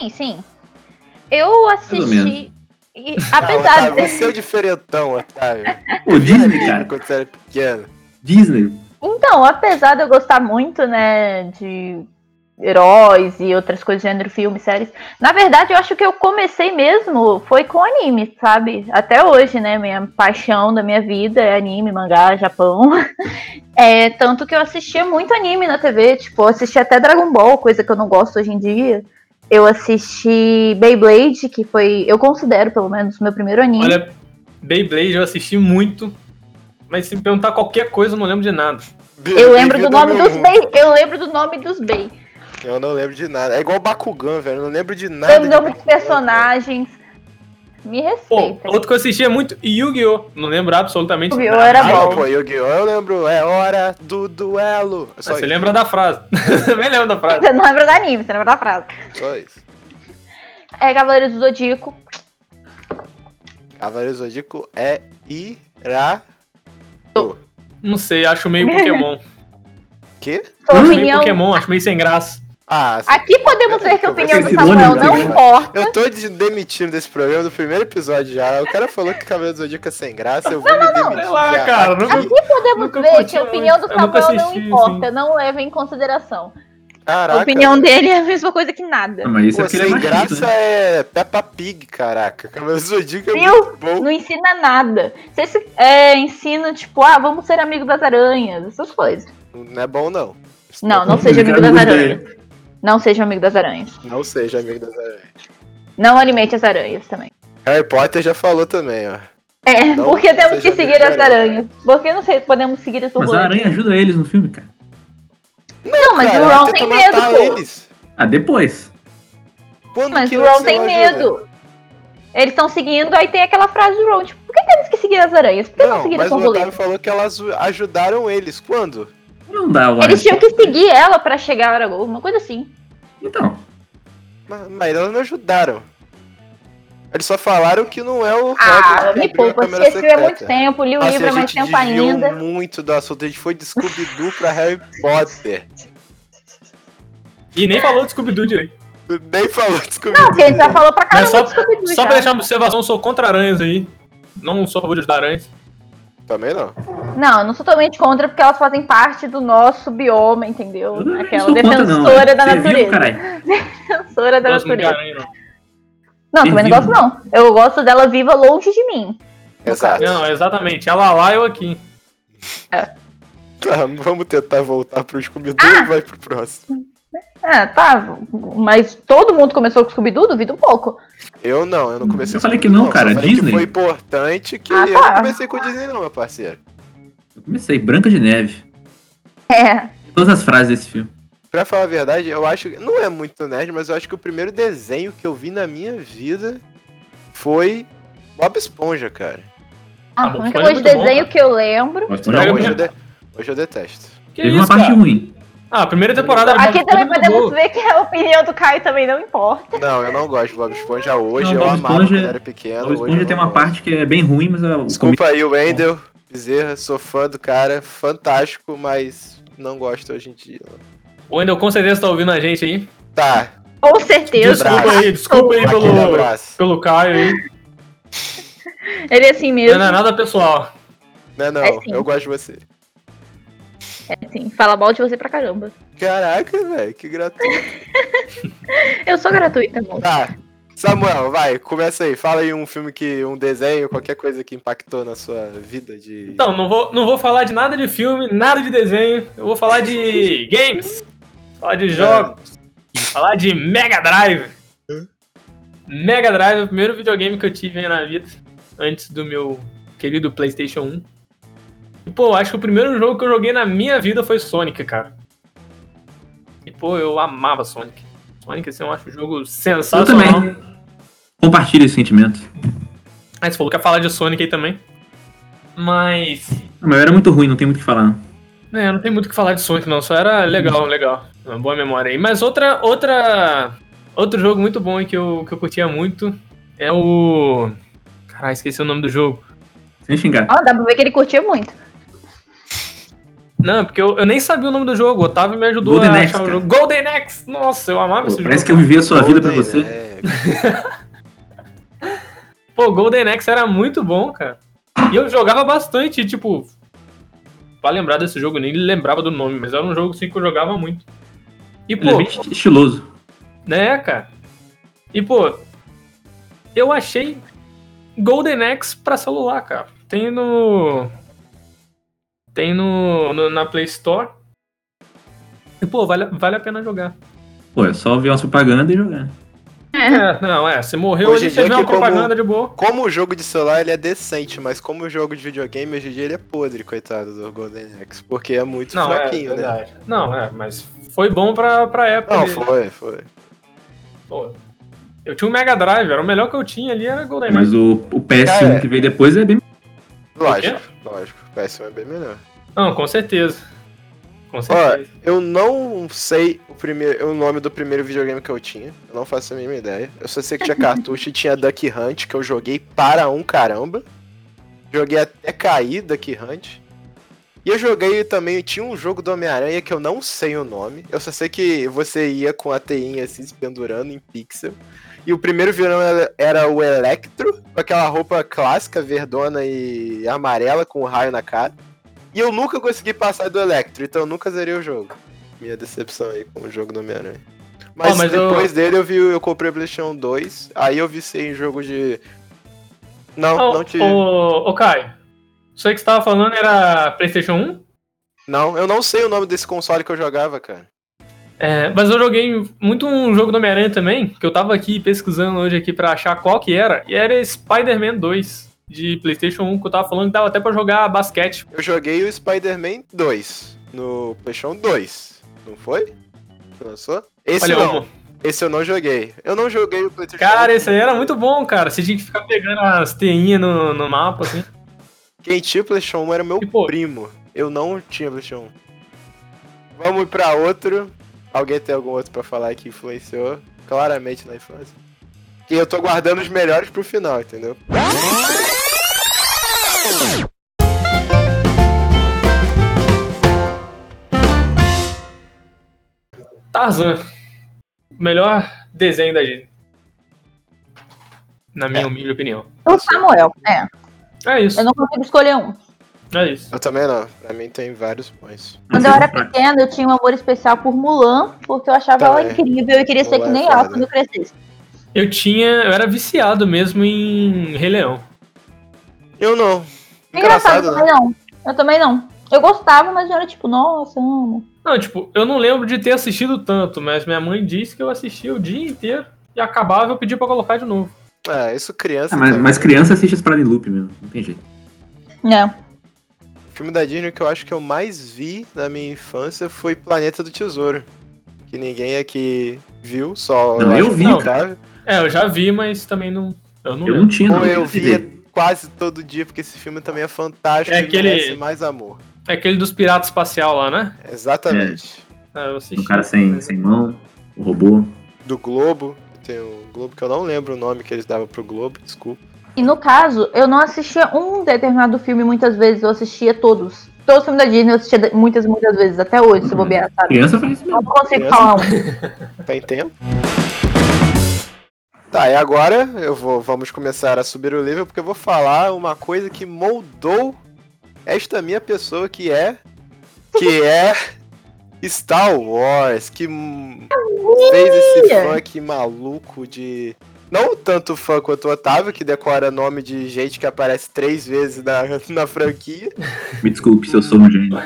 C: Sim, sim. Eu
D: ou
C: assisti.
D: menos.
C: e-
E: Ah,
C: apesar
E: Otávio,
C: de.
E: você é o diferentão, Otávio.
D: Pô, Disney,
E: Lembra
D: cara.
E: Quando você era pequeno.
D: Disney.
C: Então, apesar de eu gostar muito, né, de heróis e outras coisas, gênero, filmes, séries, na verdade eu acho que eu comecei mesmo foi com anime, sabe? Até hoje, né, minha paixão da minha vida é anime, mangá, Japão. É, tanto que eu assistia muito anime na TV, tipo, eu assistia até Dragon Ball, coisa que eu não gosto hoje em dia. Eu assisti Beyblade, que foi, eu considero pelo menos, o meu primeiro anime.
B: Olha, Beyblade eu assisti muito, mas se me perguntar qualquer coisa eu não lembro de nada.
C: eu lembro do nome
E: meu
C: dos
E: mundo.
C: Bey, eu lembro do nome dos Bey.
E: Eu não lembro de nada. É igual Bakugan, velho. Eu não lembro de nada.
C: Eu
E: de
C: lembro de
E: Bakugan,
C: personagens. Me
B: Pô,
C: respeita.
B: outro que eu assistia muito, Yu-Gi-Oh! Não lembro absolutamente
C: Yu-Gi-Oh!
B: nada.
C: era
E: velho.
C: é bom.
E: Não, Ah, pô, Yu-Gi-Oh! Eu lembro, é hora do duelo. É Só
B: Você
E: isso.
B: lembra da frase. Também lembro da frase.
C: Você não lembra do anime, você lembra da frase.
E: Só isso.
C: É Cavaleiro do Zodíaco.
E: Cavaleiro Zodíaco é irá.
B: Não sei, acho meio Pokémon.
E: Quê?
C: Sua
D: Hum?
B: meio
C: opinião.
B: Pokémon, acho meio sem graça.
E: Ah,
C: Aqui podemos ver que a opinião do
D: Esse
C: Samuel
D: nome,
C: não
D: cara.
C: importa.
E: Eu tô de- demitindo desse programa do primeiro episódio já. O cara falou que Cavaleiro Zodíaco é sem graça. Eu vou me demitir.
B: Sei lá,
E: já.
B: cara, não-
E: Aqui-
C: Aqui podemos
B: Nunca
C: ver
B: curti,
C: que a
B: não.
C: opinião do
B: Eu nunca
C: Samuel não
B: assisti, assim.
C: importa. Não leva em consideração.
E: Caraca.
C: a opinião dele é a mesma coisa que nada.
D: Ah, mas isso
E: Pô,
D: é porque ele é
E: sem
D: machista,
E: graça
D: né?
E: é Peppa Pig, caraca. Cavaleiro Zodíaco é
C: Viu?
E: muito bom.
C: Não ensina nada. Você se- é, ensina, tipo, ah, vamos ser amigo das aranhas, essas coisas.
E: Não é bom, não. Isso
C: Não,
E: é
C: não
E: bom.
C: seja amigo das
D: Cara,
C: aranhas. Não seja amigo das aranhas.
E: Não seja amigo das aranhas.
C: Não alimente as aranhas também.
E: Harry Potter já falou também, ó.
C: É,
E: Não
C: porque temos que
E: Então, seja
C: seguir as
E: vegetariano.
C: aranhas. Por que não sei, podemos seguir as
D: Mas a
C: turbulências?
D: aranha ajuda eles no filme, cara.
C: Não, mas
E: Cara,
C: o
E: ela
C: Ron
E: tenta
C: tem
E: matar
C: medo, pô.
E: eles.
D: Ah, depois.
E: Quando
C: Mas
E: que
C: o Ron
E: você
C: tem
E: ajuda?
C: medo. Eles estão seguindo, aí tem aquela frase do Ron, tipo, por que temos que seguir as aranhas? Por que não,
E: Não,
C: seguir as
E: mas o Otávio
C: turbulências?
E: falou que elas ajudaram eles. Quando?
D: Não dá o
C: Eles tinham que seguir ela pra chegar a Aragorn, uma coisa assim.
D: Então.
E: Mas, mas elas não ajudaram. Eles só falaram que não é o
C: Ah,
E: Hagrid que
C: me
E: abriu a
C: poupa,
E: câmera
C: assisti esse filme há
E: secreta.
C: muito tempo, li o
E: Nossa,
C: livro há
E: Ah, a
C: mais
E: gente
C: tempo
E: desviou
C: ainda.
E: muito do assunto. A gente foi de Scooby-Doo pra Harry Potter.
B: E nem falou de Scooby-Doo direito.
E: Nem falou de
C: Ah, Não, porque ele
E: Scooby-Doo.
C: já falou pra
D: é
B: Mas
C: caramba
B: só,
C: de Scooby-Doo
B: só
C: já.
B: pra deixar uma observação, eu sou contra aranhas aí. Não sou a favor de ajudar aranhas.
E: Também não.
C: Não, eu não sou totalmente contra, porque elas fazem parte do nosso bioma, entendeu?
D: Eu não
C: Aquela
D: sou contra, não.
C: defensora da
D: Você viu,
C: natureza.
D: caralho?
C: Defensora da
B: Gosto muito de
C: natureza.
B: aranha, não.
C: Não, também não gosto
D: Viva.
C: não. Eu gosto dela viva longe de mim.
E: Exato.
B: Não, exatamente. Ela lá, eu aqui.
E: Tá, vamos tentar voltar pro Scooby-Doo e vai pro próximo.
C: Ah, tá. Mas todo mundo começou com Scooby-Doo? Duvido um pouco.
E: Eu não, eu não comecei
D: Eu falei que
E: Scooby-Doo,
D: não, cara,
E: só falei
D: Disney.
E: Que foi importante que
C: Ah,
E: eu
C: tá.
E: não comecei com o Disney, não, meu parceiro.
D: Eu comecei, Branca de Neve.
C: É.
D: Todas as frases desse filme.
E: Pra falar a verdade, eu acho. Não é muito nerd, mas eu acho que o primeiro desenho que eu vi na minha vida foi Bob Esponja, cara.
C: A
B: Ah, bom,
C: única
B: foi
C: coisa de
B: muito bom,
C: desenho que eu lembro.
D: Gosto
E: Não,
B: Pega
E: hoje,
D: muito.
B: minha-
E: eu de- hoje eu detesto.
B: Que
D: Teve
B: isso,
D: uma parte
B: cara?
D: ruim.
B: Ah, a primeira temporada era
C: Aqui
B: uma
C: também
B: coisa
C: podemos
B: boa.
C: ver que a opinião do Caio também não importa.
E: Não, eu não gosto de Bob Esponja hoje.
D: Não,
E: eu
D: Bob
E: amava
D: Esponja-
E: quando era pequeno.
D: O
E: hoje eu
D: Esponja tem
E: não
D: uma
B: tá.
E: gosto.
D: parte que é bem ruim, mas a- o
E: Desculpa aí, o Wendel Bezerra, sou fã do cara, fantástico, mas não gosto hoje em dia.
B: O Wendel com certeza tá ouvindo a gente aí.
E: Tá,
C: Com certeza.
E: Desculpa.
B: Desculpa aí, desculpa aí
E: aquele
B: pelo,
E: abraço.
B: pelo Caio aí.
C: Ele é assim mesmo.
B: Não é nada pessoal.
E: Não, não,
C: É sim.
E: eu gosto de você.
C: É assim. Fala mal de você pra caramba.
E: Caraca, velho, que gratuito.
C: Eu sou gratuita, amor.
E: Tá, Samuel, vai, começa aí. Fala aí um filme que, um desenho, qualquer coisa que impactou na sua vida de...
B: Então, não vou, não vou falar de nada de filme, nada de desenho. Eu vou falar de games, falar
E: é,
B: de jogos, falar de Mega Drive. Mega Drive é o primeiro videogame que eu tive aí na vida, antes do meu querido PlayStation 1. E, pô, acho que o primeiro jogo que eu joguei na minha vida foi Sonic, cara. E, pô, eu amava Sonic. Sonic, assim, eu acho um jogo
D: Eu
B: sensacional.
D: também. Compartilha esse sentimento.
B: Ah, você falou que ia falar de Sonic aí também. Mas.
D: Não, Mas eu era muito ruim, não tem muito o que falar. não.
B: É, não tem muito o que falar de Sonic, não. Só era legal, legal. Uma boa memória aí. Mas outra. outra outro jogo muito bom aí que eu, que eu curtia muito é o. Caralho, esqueci o nome do jogo.
D: Sem xingar.
C: Ah, dá pra ver que ele curtiu muito.
B: Não, porque eu, eu nem sabia o nome do jogo. O Otávio me ajudou
D: Golden
B: a
D: Axe,
B: achar o
D: cara.
B: jogo. Golden Axe! Nossa, eu amava
D: Pô,
B: esse
D: parece que eu
B: jogo.
D: vivi a sua vida pra
E: Golden
B: é.
D: você.
E: Axe.
B: Pô, Golden Axe era muito bom, cara. E eu jogava bastante, tipo. Pra lembrar desse jogo, eu nem lembrava do nome, mas era um jogo assim que eu jogava muito. E,
D: Ele é
B: pô,
D: bem esti- estiloso.
B: né, cara? E, pô, eu achei Golden Axe pra celular, cara. Tem no. Tem no, no- na Play Store. E, pô, vale, vale a pena jogar.
D: Pô, é só ver umas propagandas e jogar.
B: É, não, é. Você morreu ali,
E: Hoje em
B: você
E: dia
B: vê
E: que
B: uma propaganda de boa.
E: Como o jogo de celular ele é decente, mas como o jogo de videogame hoje em dia ele é podre, coitado do Golden Axe, porque é muito
B: Não, é
E: fraquinho, né?
B: verdade. Não, é, mas foi bom pra, pra época.
E: Não,
B: dele.
E: foi, foi.
B: Pô, eu tinha um Mega Drive, era o melhor que eu tinha ali, era Golden
D: Mas o, o PS1
E: Cara,
D: que veio depois é bem.
E: Lógico, lógico. PS1 é bem melhor.
B: Não, com certeza. Com certeza.
E: Eu não sei o, primeiro, o nome do primeiro videogame que eu tinha. Eu não faço a mínima ideia. Eu só sei que tinha cartucho e tinha Duck Hunt, que eu joguei para um caramba. Joguei até cair Duck Hunt. E eu joguei também, tinha um jogo do Homem-Aranha que eu não sei o nome. Eu só sei que você ia com a teinha assim se pendurando em pixel. E o primeiro vilão era- era o Electro, com aquela roupa clássica, verdona e amarela, com um raio na cara. E eu nunca consegui passar do Electro, então eu nunca zerei o jogo. Minha decepção aí com o jogo do Homem-Aranha. Mas,
B: Ó, mas eu-
E: depois dele eu vi, eu comprei o PlayStation 2, aí eu vi ser em jogo de. Não,
B: Ô,
E: não tive.
B: Ô, ô, Caio, isso aí que você tava falando era PlayStation 1?
E: Não, eu não sei o nome desse console que eu jogava, cara.
B: É, mas eu joguei muito um jogo do Homem-Aranha também, que eu tava aqui pesquisando hoje aqui pra achar qual que era, e era Spider-Man 2 de PlayStation 1, que eu tava falando que dava até pra jogar basquete.
E: Eu joguei o Spider-Man 2 no PlayStation 2, não foi? Que Lançou? Esse
B: Olha,
E: não,
B: ô,
E: esse eu não joguei. Eu não joguei o PlayStation
B: Cara,
E: 1.
B: esse aí era muito bom, cara. Você tinha que ficar pegando as teinhas no, no mapa, assim.
E: Quem tinha o PlayStation 1 era meu
B: E, pô?
E: primo. Eu não tinha PlayStation 1. Vamos pra outro. Alguém tem algum outro pra falar que influenciou claramente na infância? E eu tô guardando os melhores pro final, entendeu?
B: Tarzan. Melhor desenho da Disney. Na
E: É.
B: minha humilde opinião.
C: O Samuel, é.
B: É isso.
C: Eu não consigo escolher um.
B: É isso.
E: Eu também não. Pra mim tem vários bons.
C: Quando eu era pequena, eu tinha um amor especial por Mulan, porque eu
B: Tá
C: achava ela
E: Também.
C: incrível e queria ser
E: Mulan
C: que
E: é
C: nem ela
E: foda.
C: quando eu crescesse.
B: Eu tinha. Eu era viciado mesmo em Rei Leão.
E: Eu não.
C: É engraçado, eu
E: Engraçado, né?
C: também não. Eu também não. Eu gostava, mas eu era tipo, nossa, eu amo.
B: Não, tipo, eu não lembro de ter assistido tanto, mas minha mãe disse que eu assistia o dia inteiro e acabava eu pedia pra colocar de novo.
E: É, isso criança.
D: Ah, mas,
E: também.
D: mas criança assiste as paradas em loop mesmo. Não tem jeito.
C: É.
E: O filme da Disney que eu acho que eu mais vi na minha infância foi Planeta do Tesouro. Que ninguém aqui viu, só
D: Não, eu
E: acho
D: vi,
E: que o
B: cara.
E: Otávio.
B: É, eu já vi, mas também não. Eu não é.
D: Eu
B: lembro.
D: não tinha, não.
E: Ou eu
D: tinha
E: via
D: ideia.
E: quase todo dia, porque esse filme também é fantástico
B: É
E: e
B: aquele-
E: merece mais amor.
B: É aquele dos piratas espacial lá, né?
E: Exatamente.
B: É, eu assisti.
D: Um cara sem, sem mão, o robô.
E: Do Globo. Tem o Globo que eu não lembro o nome que eles davam pro Globo, desculpa.
C: E no caso, eu não assistia um determinado filme muitas vezes, eu assistia todos. Todos os filmes da Disney eu assistia de- muitas, muitas vezes, até hoje, se
D: Uhum.
C: bobear, sabe?
D: Criança faz isso
C: Não
D: mesmo.
C: consigo
E: Criança?
C: falar um.
E: Tem tempo? Tá, e agora eu vou, vamos começar a subir o nível, porque eu vou falar uma coisa que moldou esta minha pessoa, que é. Que é. Star Wars, que hum, fez esse funk maluco de. Não tanto fã quanto o Otávio, que decora nome de gente que aparece três vezes na, na franquia.
D: Me desculpe se eu sou um gênio.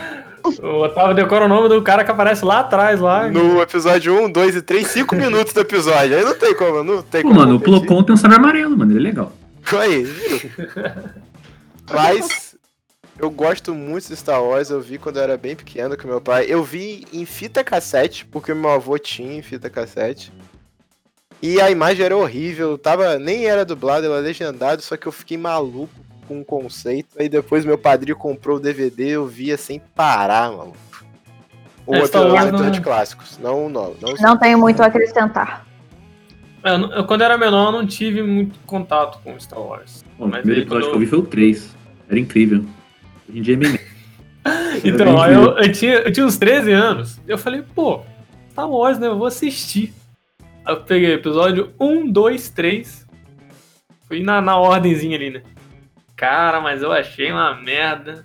B: O Otávio decora o nome do cara que aparece lá atrás, lá.
E: No episódio 1, 2 e 3, 5 minutos do episódio. Aí não tem como, não tem
D: Pô,
E: como.
D: mano, o
E: competir.
D: Plopon tem um sabre amarelo, mano. Ele é legal.
E: Aí, viu? Mas eu gosto muito de Star Wars, eu vi quando eu era bem pequeno com meu pai. Eu vi em fita cassete, porque meu avô tinha em fita cassete. E a imagem era horrível, tava, nem era dublada, era legendado, só que eu fiquei maluco com o conceito. Aí depois meu padrinho comprou o DVD, eu via sem parar, maluco. O
B: É,
E: outro
B: Star
E: é,
B: Wars
E: os
B: não-
E: de clássicos, não o novo. Não, o
C: Não tenho muito a acrescentar.
B: É, Eu não- eu, quando era menor, eu não tive muito contato com Star Wars.
D: Pô, o
B: Mas
D: primeiro
B: aí quando
D: episódio
B: eu-
D: que eu vi foi o 3. Era incrível. Hoje em dia é meio.
B: Então, ó, eu, eu tinha, eu tinha uns 13 anos. Eu falei, pô, Star Wars, né? Eu vou assistir. Aí eu peguei o episódio 1, 2, 3. Fui na, na ordenzinha ali, né? Cara, mas eu achei uma merda.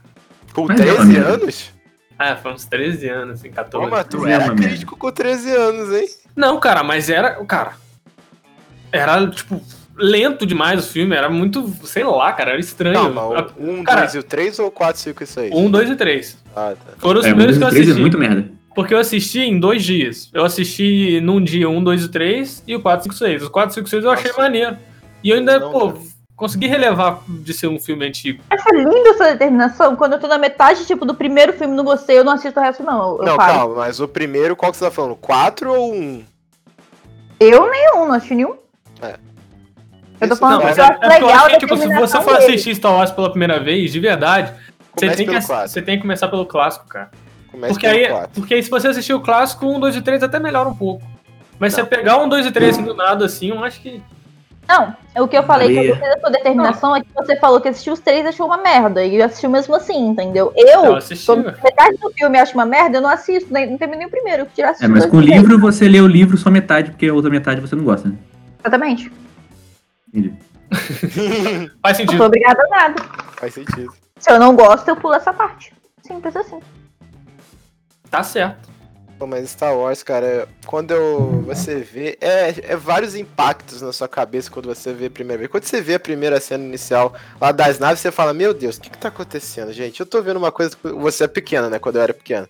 E: Com
D: Mas
E: 13
D: é uma
E: anos?
B: Ah, foi uns 13 anos, assim, 14.
E: Toma, tu
D: é
E: era
D: uma merda.
E: crítico com 13 anos, hein?
B: Não, cara, mas era. Cara. Era, tipo, lento demais o filme. Era muito. Sei lá, cara, era estranho.
E: Calma, o 1,
B: Ah, Cara-
E: 2 um, e o 3 ou 4, 5 e 6?
B: Um, dois e três.
E: Ah, tá.
B: Foram os
D: É,
B: primeiros que eu
D: o 3 é
B: assisti.
D: muito merda.
B: Porque eu assisti em dois dias. Eu assisti num dia um, dois e três e o 4, 5, 6. O 4, 5, 6 eu achei
E: Nossa.
B: maneiro. E eu ainda,
E: Não,
B: pô,
E: cara.
B: consegui relevar de ser um filme antigo.
C: Acho linda essa determinação. Quando eu tô na metade, tipo, do primeiro filme não gostei, eu não assisto o resto, não. Eu, eu
E: Não,
C: paro.
E: calma, mas o primeiro, qual que você tá falando? 4 ou 1?
C: Eu nenhum, não assisti nenhum. Eu tô falando
B: Não, mas é,
C: eu
B: é
C: acho
B: porque eu acho
C: legal a
B: que, tipo, se você for
C: determinação dele.
B: assistir Star Wars pela primeira vez, de verdade, você tem, que, ass- você tem que começar pelo clássico, cara.
E: Comece
B: Porque
E: pelo
B: aí, é-
E: quatro.
B: porque aí se você assistir o clássico, um, dois e três até melhora um pouco. Mas se
E: Não.
B: você pegar um, dois e três assim, do nada, assim, eu acho que.
C: Não, o que eu falei que
D: Maria.
C: eu gostei da sua determinação é que você falou que assistiu os três e achou uma merda. E assistiu mesmo assim, entendeu? Eu,
B: Eu assisti.
C: tô na metade do tá filme e acho uma merda, eu não assisto, nem, não terminei o primeiro. Eu tirar
D: É, mas com o livro você lê o livro só metade, porque a outra metade você não gosta, né?
C: Exatamente.
D: Entendi.
B: Faz
C: Não sou
B: sentido.
C: obrigada a nada.
E: Faz sentido.
C: Se eu não gosto, eu pulo essa parte. Simples assim.
B: Tá certo.
E: Pô, mas Star Wars, cara, quando eu, você vê. É, é vários impactos na sua cabeça quando você vê a primeira vez. Quando você vê a primeira cena inicial lá das naves, você fala: Meu Deus, o que, que tá acontecendo, gente? Eu tô vendo uma coisa. que Você é pequena, né? Quando eu era pequena.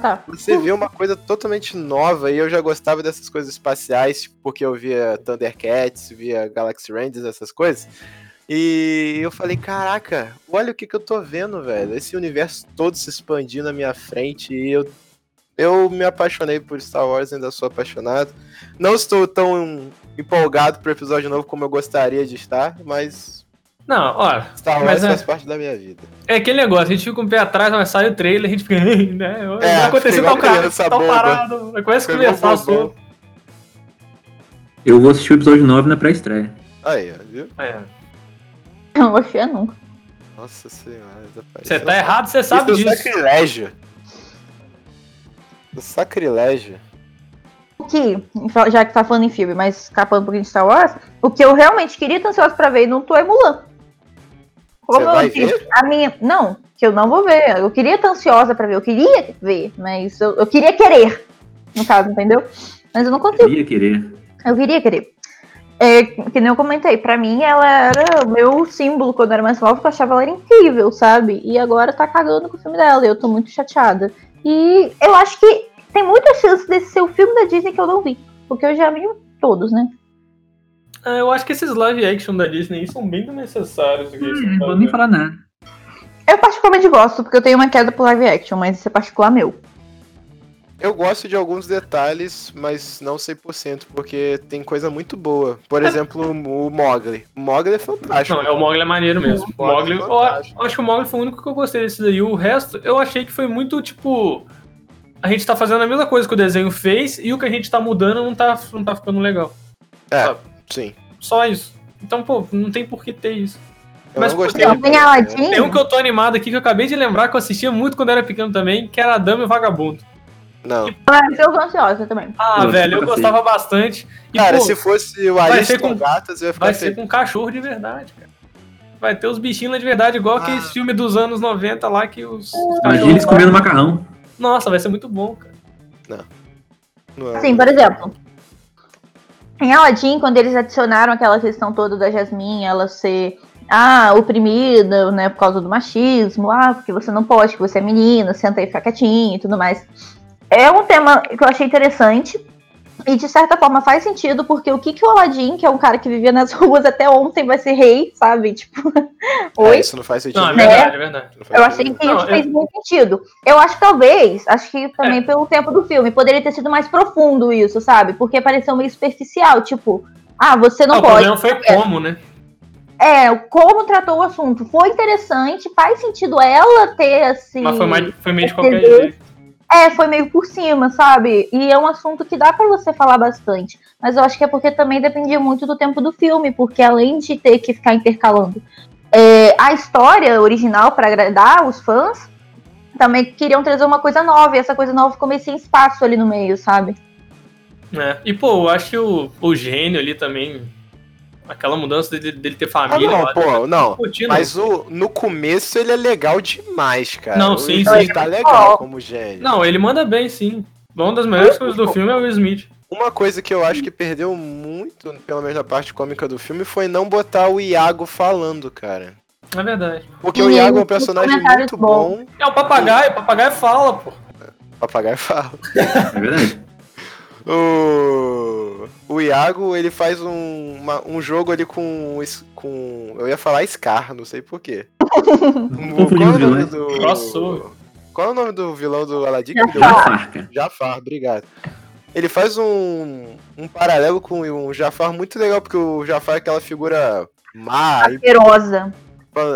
C: Tá.
E: Você vê uma coisa totalmente nova e eu já gostava dessas coisas espaciais, porque eu via Thundercats, via Galaxy Rangers, essas coisas. E eu falei, caraca, olha o que, que eu tô vendo, velho. Esse universo todo se expandindo na minha frente e eu, eu me apaixonei por Star Wars, ainda sou apaixonado. Não estou tão empolgado pro episódio novo como eu gostaria de estar, mas
B: Não, olha,
E: Star Wars
B: Mas é-
E: faz parte da minha vida.
B: é aquele negócio, a gente fica um pé atrás, mas sai o trailer, a gente fica. Né,
E: É,
B: vai acontecer
E: fica
B: tal
E: igual
B: cara,
E: criança
B: tal é
E: boba.
B: parado. Aí Começa a
E: Foi
B: conversar
E: bom, bom,
B: sobre.
E: bom.
D: Eu vou assistir o episódio 9 na pré-estreia.
E: Aí, ó, viu?
B: É.
C: Não gostei nunca.
E: Nossa senhora. rapaz.
B: Você tá errado, você sabe
E: Isso é um
B: disso.
E: sacrilégio. Um sacrilégio.
C: O que, já que tá falando em filme, mas escapando um pouquinho de Star Wars, o que eu realmente queria tá ansiosa pra ver e não tô é Mulan. Como
E: Você
C: eu
E: vai
C: disse,
E: ver?
C: a minha. Não, que eu não vou ver. Eu queria tá ansiosa pra ver, eu queria ver, mas eu, eu queria querer. No caso, entendeu? Mas eu não consigo.
D: Eu ia querer.
C: Eu queria querer. É, que nem eu comentei, pra mim ela era o meu símbolo quando eu era mais nova, porque eu achava ela era incrível, sabe? E agora tá cagando com o filme dela, e eu tô muito chateada. E eu acho que tem muita chance desse ser o filme da Disney que eu não vi, porque eu já vi todos, né?
B: Ah, eu acho que esses live action da Disney são bem desnecessários. do que eles
D: Não vou
B: fazem.
D: Hum, nem falar nada.
C: Eu particularmente gosto, porque eu tenho uma queda por live action, mas isso é particular meu.
E: Eu gosto de alguns detalhes, mas não 100%, porque tem coisa muito boa. Por exemplo, o Mogli. O Mogli é fantástico.
B: Não, é o Mogli é maneiro mesmo.
E: Sim.
B: O Mogli, eu,
E: é Fantástico.
B: eu acho que o Mogli foi o único que eu gostei desse daí. O resto, eu achei que foi muito tipo. A gente tá fazendo a mesma coisa que o desenho fez e o que a gente tá mudando não tá, não tá ficando legal.
E: Sim.
B: Só isso. Então, pô, não tem por que ter isso.
E: Eu
B: Mas
E: não gostei.
C: Então
E: do
C: tem
E: Mogli,
C: a
E: né?
B: Tem um
C: Aladdin,
B: que eu tô animado aqui que eu acabei de lembrar que eu assistia muito quando era pequeno também, que era Dama e o Vagabundo.
E: Não.
C: mas eu tô ansiosa também.
B: Ah,
D: Pô,
B: velho, eu
D: nunca
B: gostava bastante. E,
E: Cara,
B: pô,
E: se fosse o
B: vai
E: Alice
B: ser com-
E: com gatas, eu ia ficar
B: vai ser
E: feliz.
B: com um cachorro de verdade, cara. Vai ter os bichinhos lá de verdade, igual
E: Ah.
B: aqueles filmes dos anos 90 lá que os. os
D: Imagina
B: cachorros-
D: eles comendo macarrão.
B: Nossa, vai ser muito bom, cara.
E: Não é-
C: Assim, por exemplo, em Aladdin, quando eles adicionaram aquela questão toda da Jasmine, ela ser ah, oprimida, né, por causa do machismo, ah, porque você não pode, que você é menina, senta aí, fica quietinha e tudo mais. É um tema que eu achei interessante e de certa forma faz sentido, porque o que que o Aladdin, que é um cara que vivia nas ruas até ontem, vai ser rei, sabe? Tipo,
E: É,
C: oi?
E: isso não faz sentido.
B: Não, é
E: nenhum.
B: verdade, é verdade.
E: Não faz
C: né? Eu achei
E: sentido
C: que
B: Não,
C: isso
B: eu- É.
C: fez muito sentido. Eu acho que talvez, acho que também pelo tempo do filme, poderia ter sido mais profundo isso, sabe? Porque pareceu meio superficial, tipo, ah, você não
B: Ah, o
C: pode.
B: problema foi como, né?
C: É, como tratou o assunto. Foi interessante, faz sentido ela ter assim.
B: Mas foi, mais, foi meio de qualquer
C: Entendeu?
B: jeito.
C: É, foi meio por cima, sabe? E é um assunto que dá pra você falar bastante. Mas eu acho que é porque também dependia muito do tempo do filme, porque além de ter que ficar intercalando é, a história original pra agradar os fãs, também queriam trazer uma coisa nova, e essa coisa nova ficou meio sem espaço ali no meio, sabe?
B: né? E, pô, eu acho que o, o gênio ali também. Aquela mudança dele, dele ter
E: Ah,
B: família.
E: não, pô, não.
B: tá Curtindo.
E: Mas o, no começo ele é legal demais, cara.
B: Não,
E: O
B: sim,
E: Will
B: sim.
E: Smith tá legal como gênio.
B: Não, ele manda bem, sim. Uma das melhores coisas do filme é o Will Smith.
E: Uma coisa que eu acho que perdeu muito, pelo menos na parte cômica do filme, foi não botar o Iago falando, cara.
B: É verdade.
C: E
E: Porque o Iago é um
C: ele tem
E: personagem
C: comentários
E: muito bom.
B: É o papagaio, o papagaio fala, pô.
E: Papagaio fala.
D: É verdade.
E: O, o Iago, ele faz um, uma- um jogo ali com, es- com. Eu ia falar Scar, não sei porquê.
D: Tô fugindo de vilões.
E: é do.
B: Crossover.
E: Qual é o nome do vilão do Aladdin? que deu- um
D: Jafar, cara.
E: Jafar, obrigado. Ele faz um, um paralelo com um Jafar muito legal, porque o Jafar é aquela figura má. e-
C: Tá Asquerosa.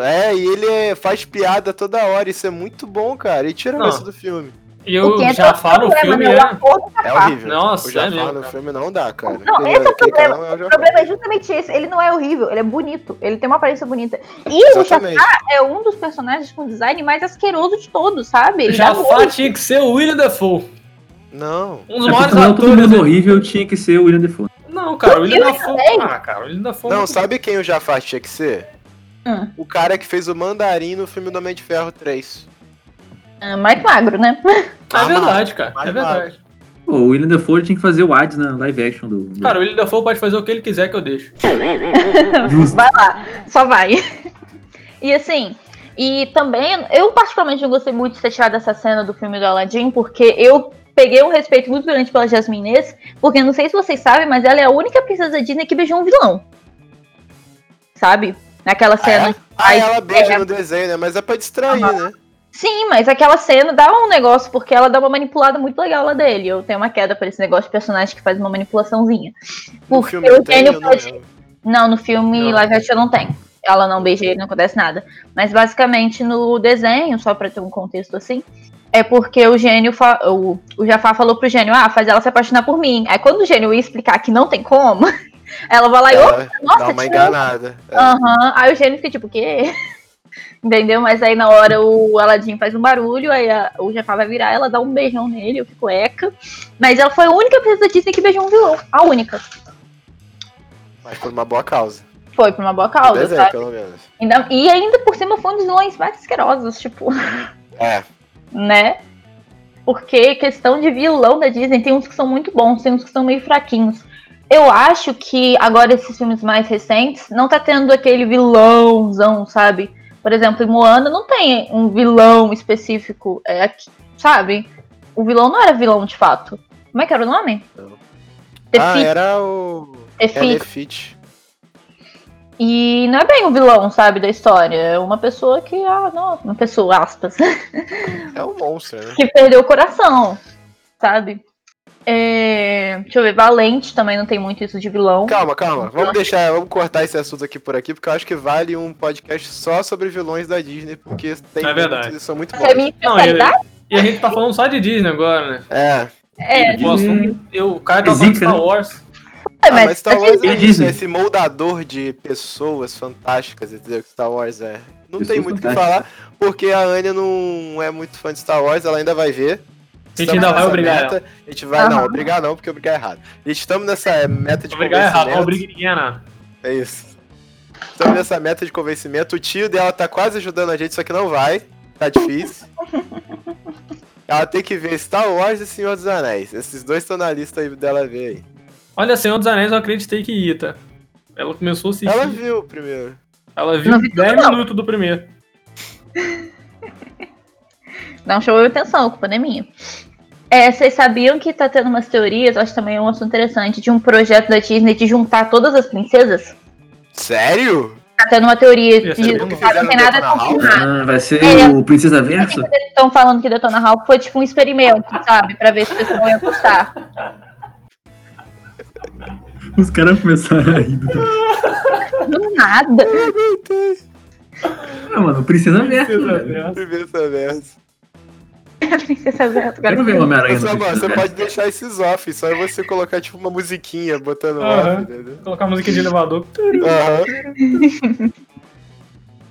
E: é, e ele é- faz piada toda hora, isso é muito bom, cara. E tira
B: Não.
E: isso do filme.
B: E
C: O
B: o
C: que é
B: Jafar
C: todo
B: no
C: problema,
B: filme
C: né?
B: é.
C: O ator do
E: É
C: Jafar.
E: horrível.
B: Nossa,
E: o
B: é
E: Jafar
B: mesmo,
E: no
B: cara.
E: filme não dá, cara.
C: Não,
E: Aquele-
C: esse é o
E: aquele
C: problema.
E: cara não é
C: O
E: Jafar.
C: problema é justamente esse. Ele não é horrível, ele é bonito. Ele tem uma aparência bonita. E o Jafar
E: Exatamente.
C: é um dos personagens com design mais asqueroso de todos, sabe? Ele dá um
B: Jafar
C: nojo.
B: tinha que ser o William Dafoe.
E: Não.
B: Um dos
D: É porque
B: maiores
D: senão todo
B: atores.
D: mundo horrível tinha que ser o William Defoe.
B: Não, cara, o William
C: Eu
B: Dafoe. Ah, cara, o William Dafoe. é
E: Não,
B: muito-
E: sabe quem o Jafar tinha que ser?
C: Hum.
E: O cara que fez o Mandarim no filme do Homem de Ferro 3.
C: Ah, mais magro, né?
B: É verdade, cara.
E: Mas
B: É verdade.
D: Pô, o William Defoe tinha que fazer o Hades na live action do. do-
B: Cara, o William Dafoe pode fazer o que ele quiser que eu deixo.
D: Justo.
C: Vai lá, só vai. E assim, e também, eu particularmente não gostei muito de ter tirado essa cena do filme do Aladdin, porque eu peguei um respeito muito grande pela Jasmine Inês, porque não sei se vocês sabem, mas ela é a única princesa Disney que beijou um vilão. Sabe? Naquela cena.
E: Ah,
C: Ai,
E: ela beija
C: é.
E: no desenho, né? Mas é pra distrair, né?
C: Sim, mas aquela cena dá um negócio, porque ela dá uma manipulada muito legal lá dele. Eu tenho uma queda por esse negócio de personagem que faz uma manipulaçãozinha.
E: No
C: Porque
E: filme
C: o
E: não tem, né?
C: gênio
E: eu não
C: pode
E: lembro.
C: Não, no filme
B: Não.
C: live action não tem. Ela não beija ele, não acontece nada. Mas basicamente no desenho, só pra ter um contexto assim, é porque o gênio, fa- o, o Jafar falou pro gênio, ah, faz ela se apaixonar por mim. Aí quando o gênio ia explicar que não tem como, ela vai lá e, opa,
E: Ela dá
C: nossa,
E: uma
C: tirou.
E: enganada. É.
C: Aham. Aí o gênio fica tipo, o quê? Entendeu? Mas aí na hora o Aladim faz um barulho, aí a- o Jafar vai virar, ela dá um beijão nele, eu fico eca. Mas ela foi a única princesa Disney que beijou um vilão. A única.
E: Mas por uma boa causa.
C: Foi pra uma boa
E: No
C: causa,
E: desenho,
C: sabe?
E: pelo menos.
C: Ainda- e ainda por cima foi um dos vilões mais asquerosos, tipo,
E: É.
C: né? Porque questão de vilão da Disney, tem uns que são muito bons, tem uns que são meio fraquinhos. Eu acho que agora esses filmes mais recentes não tá tendo aquele vilãozão, sabe? Por exemplo, em Moana não tem um vilão específico, é, aqui, sabe? O vilão não era vilão de fato. Como é que era o nome?
E: Não. Ah,
C: Tefi,
E: era o.
C: Tefi.
E: Elefit.
C: E não é bem o vilão, sabe, da história. É uma pessoa que, ah, não, uma pessoa, aspas.
E: É um monstro, né?
C: que perdeu o coração, sabe? É, deixa eu ver, Valente também não tem muito isso de vilão.
E: Calma, calma. Vamos deixar, vamos cortar esse assunto aqui por aqui, porque eu acho que vale um podcast só sobre vilões da Disney, porque tem
B: É verdade.
E: muitos e são muito
C: Essa é a
E: bons.
C: minha
B: Não, e,
C: especialidade?
B: e a gente tá falando só de Disney agora, né?
E: É.
C: É,
D: Disney.
B: Pô, assunto- eu, o cara tá falando de
D: Zica,
B: Star
D: né?
B: Wars.
E: Ah,
C: mas,
E: mas Star
C: a
E: Wars
C: gente-
E: é
D: Disney.
E: isso, né? esse moldador de pessoas fantásticas, entendeu? Que Star Wars é. Não
D: Pessoas
E: tem muito o que falar,
D: fantásticas.
E: porque a Anya não é muito fã de Star Wars, ela ainda vai ver.
B: A gente ainda vai
E: nessa
B: obrigar
E: meta, A gente vai, não, obrigar não, porque obrigar é errado. A gente estamos nessa meta de
B: Obrigado é errado, não
E: convencimento.
B: obrigue ninguém a nada.
E: É isso. Estamos nessa meta de convencimento. O tio dela tá quase ajudando a gente, só que não vai. Tá difícil. Ela tem que ver Star Wars e Senhor dos Anéis. Esses dois estão na lista aí dela ver aí.
B: Olha, Senhor dos Anéis, eu acreditei que ia, tá? Ela começou a assistir.
E: Ela
B: Ela,
E: viu primeiro.
B: viu
C: Não vi
B: 10
C: não.
B: minutos do primeiro.
C: Não chamou atenção, a culpa não é minha. É, vocês sabiam que tá tendo umas teorias, acho também um assunto interessante, de um projeto da Disney de juntar todas as princesas?
E: Sério?
C: Tá tendo uma teoria
B: Ia
C: de
B: ser
C: que
B: bom.
C: não tem nada
E: Fizeram Detona
C: confirmado.
D: Ah, vai ser
C: É.
D: o Princesa Verso?
C: Estão falando que Detona Ralph foi tipo um experimento, sabe? Pra ver se o pessoal ia gostar.
D: Os caras começaram a rir.
C: Do nada.
D: Ah, mano, Princesa Verso. velho.
B: né?
E: Primeiro essa merda.
C: Princesa Zelda, agora
D: Quero ver o Homem-Aranha. no
E: Só, mano,
D: Princesa
E: você
D: Verso.
E: pode deixar esses off, só é você colocar tipo uma musiquinha botando
B: Aham.
E: off, entendeu?
B: Colocar a música de elevador.
E: Aham.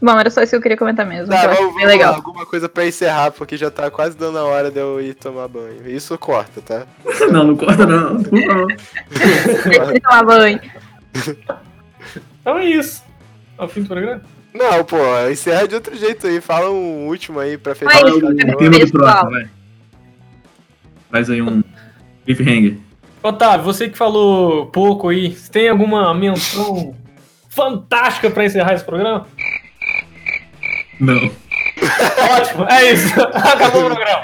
C: Bom, era só isso que eu queria comentar mesmo. que
E: Tá,
C: eu acho
E: vamos,
C: bem
E: vamos lá,
C: legal.
E: alguma coisa pra encerrar, porque já tá quase dando a hora de eu ir tomar banho. Isso corta, tá?
D: Não, não corta não. Não, corta, não.
C: Deixa eu tomar banho.
B: Então é isso. É o fim do programa?
E: Não, pô, encerra de outro jeito aí. Fala um último aí pra fechar.
C: Mas-
E: o episódio.
D: O tema do
C: Pessoal.
D: próximo, vai. Faz aí um cliffhanger.
B: Otávio, você que falou pouco aí, você tem alguma menção fantástica pra encerrar esse programa?
D: Não.
B: Ótimo, é isso. Acabou o programa.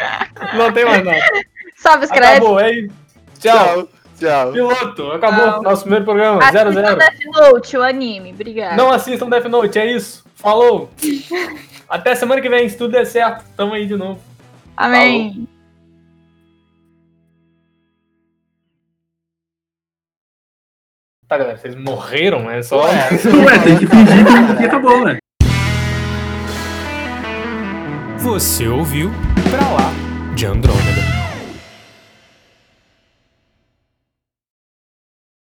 B: Não tem mais nada.
C: Salve os créditos.
B: Acabou, é isso. Tchau.
E: Tchau, tchau.
B: Piloto, acabou
C: Tchau.
B: nosso primeiro programa. 0-0. Zero,
C: Assistam
B: zero.
C: Death Note, o anime. Obrigada.
B: Não assistam Death Note, é isso. Falou. Até semana que vem, se tudo der certo. Tamo aí de novo.
C: Amém.
B: Tá, galera, vocês morreram, é só.
D: Ué, tem que fingir que- que acabou, ué.
A: Você ouviu Pra lá de Andrômeda.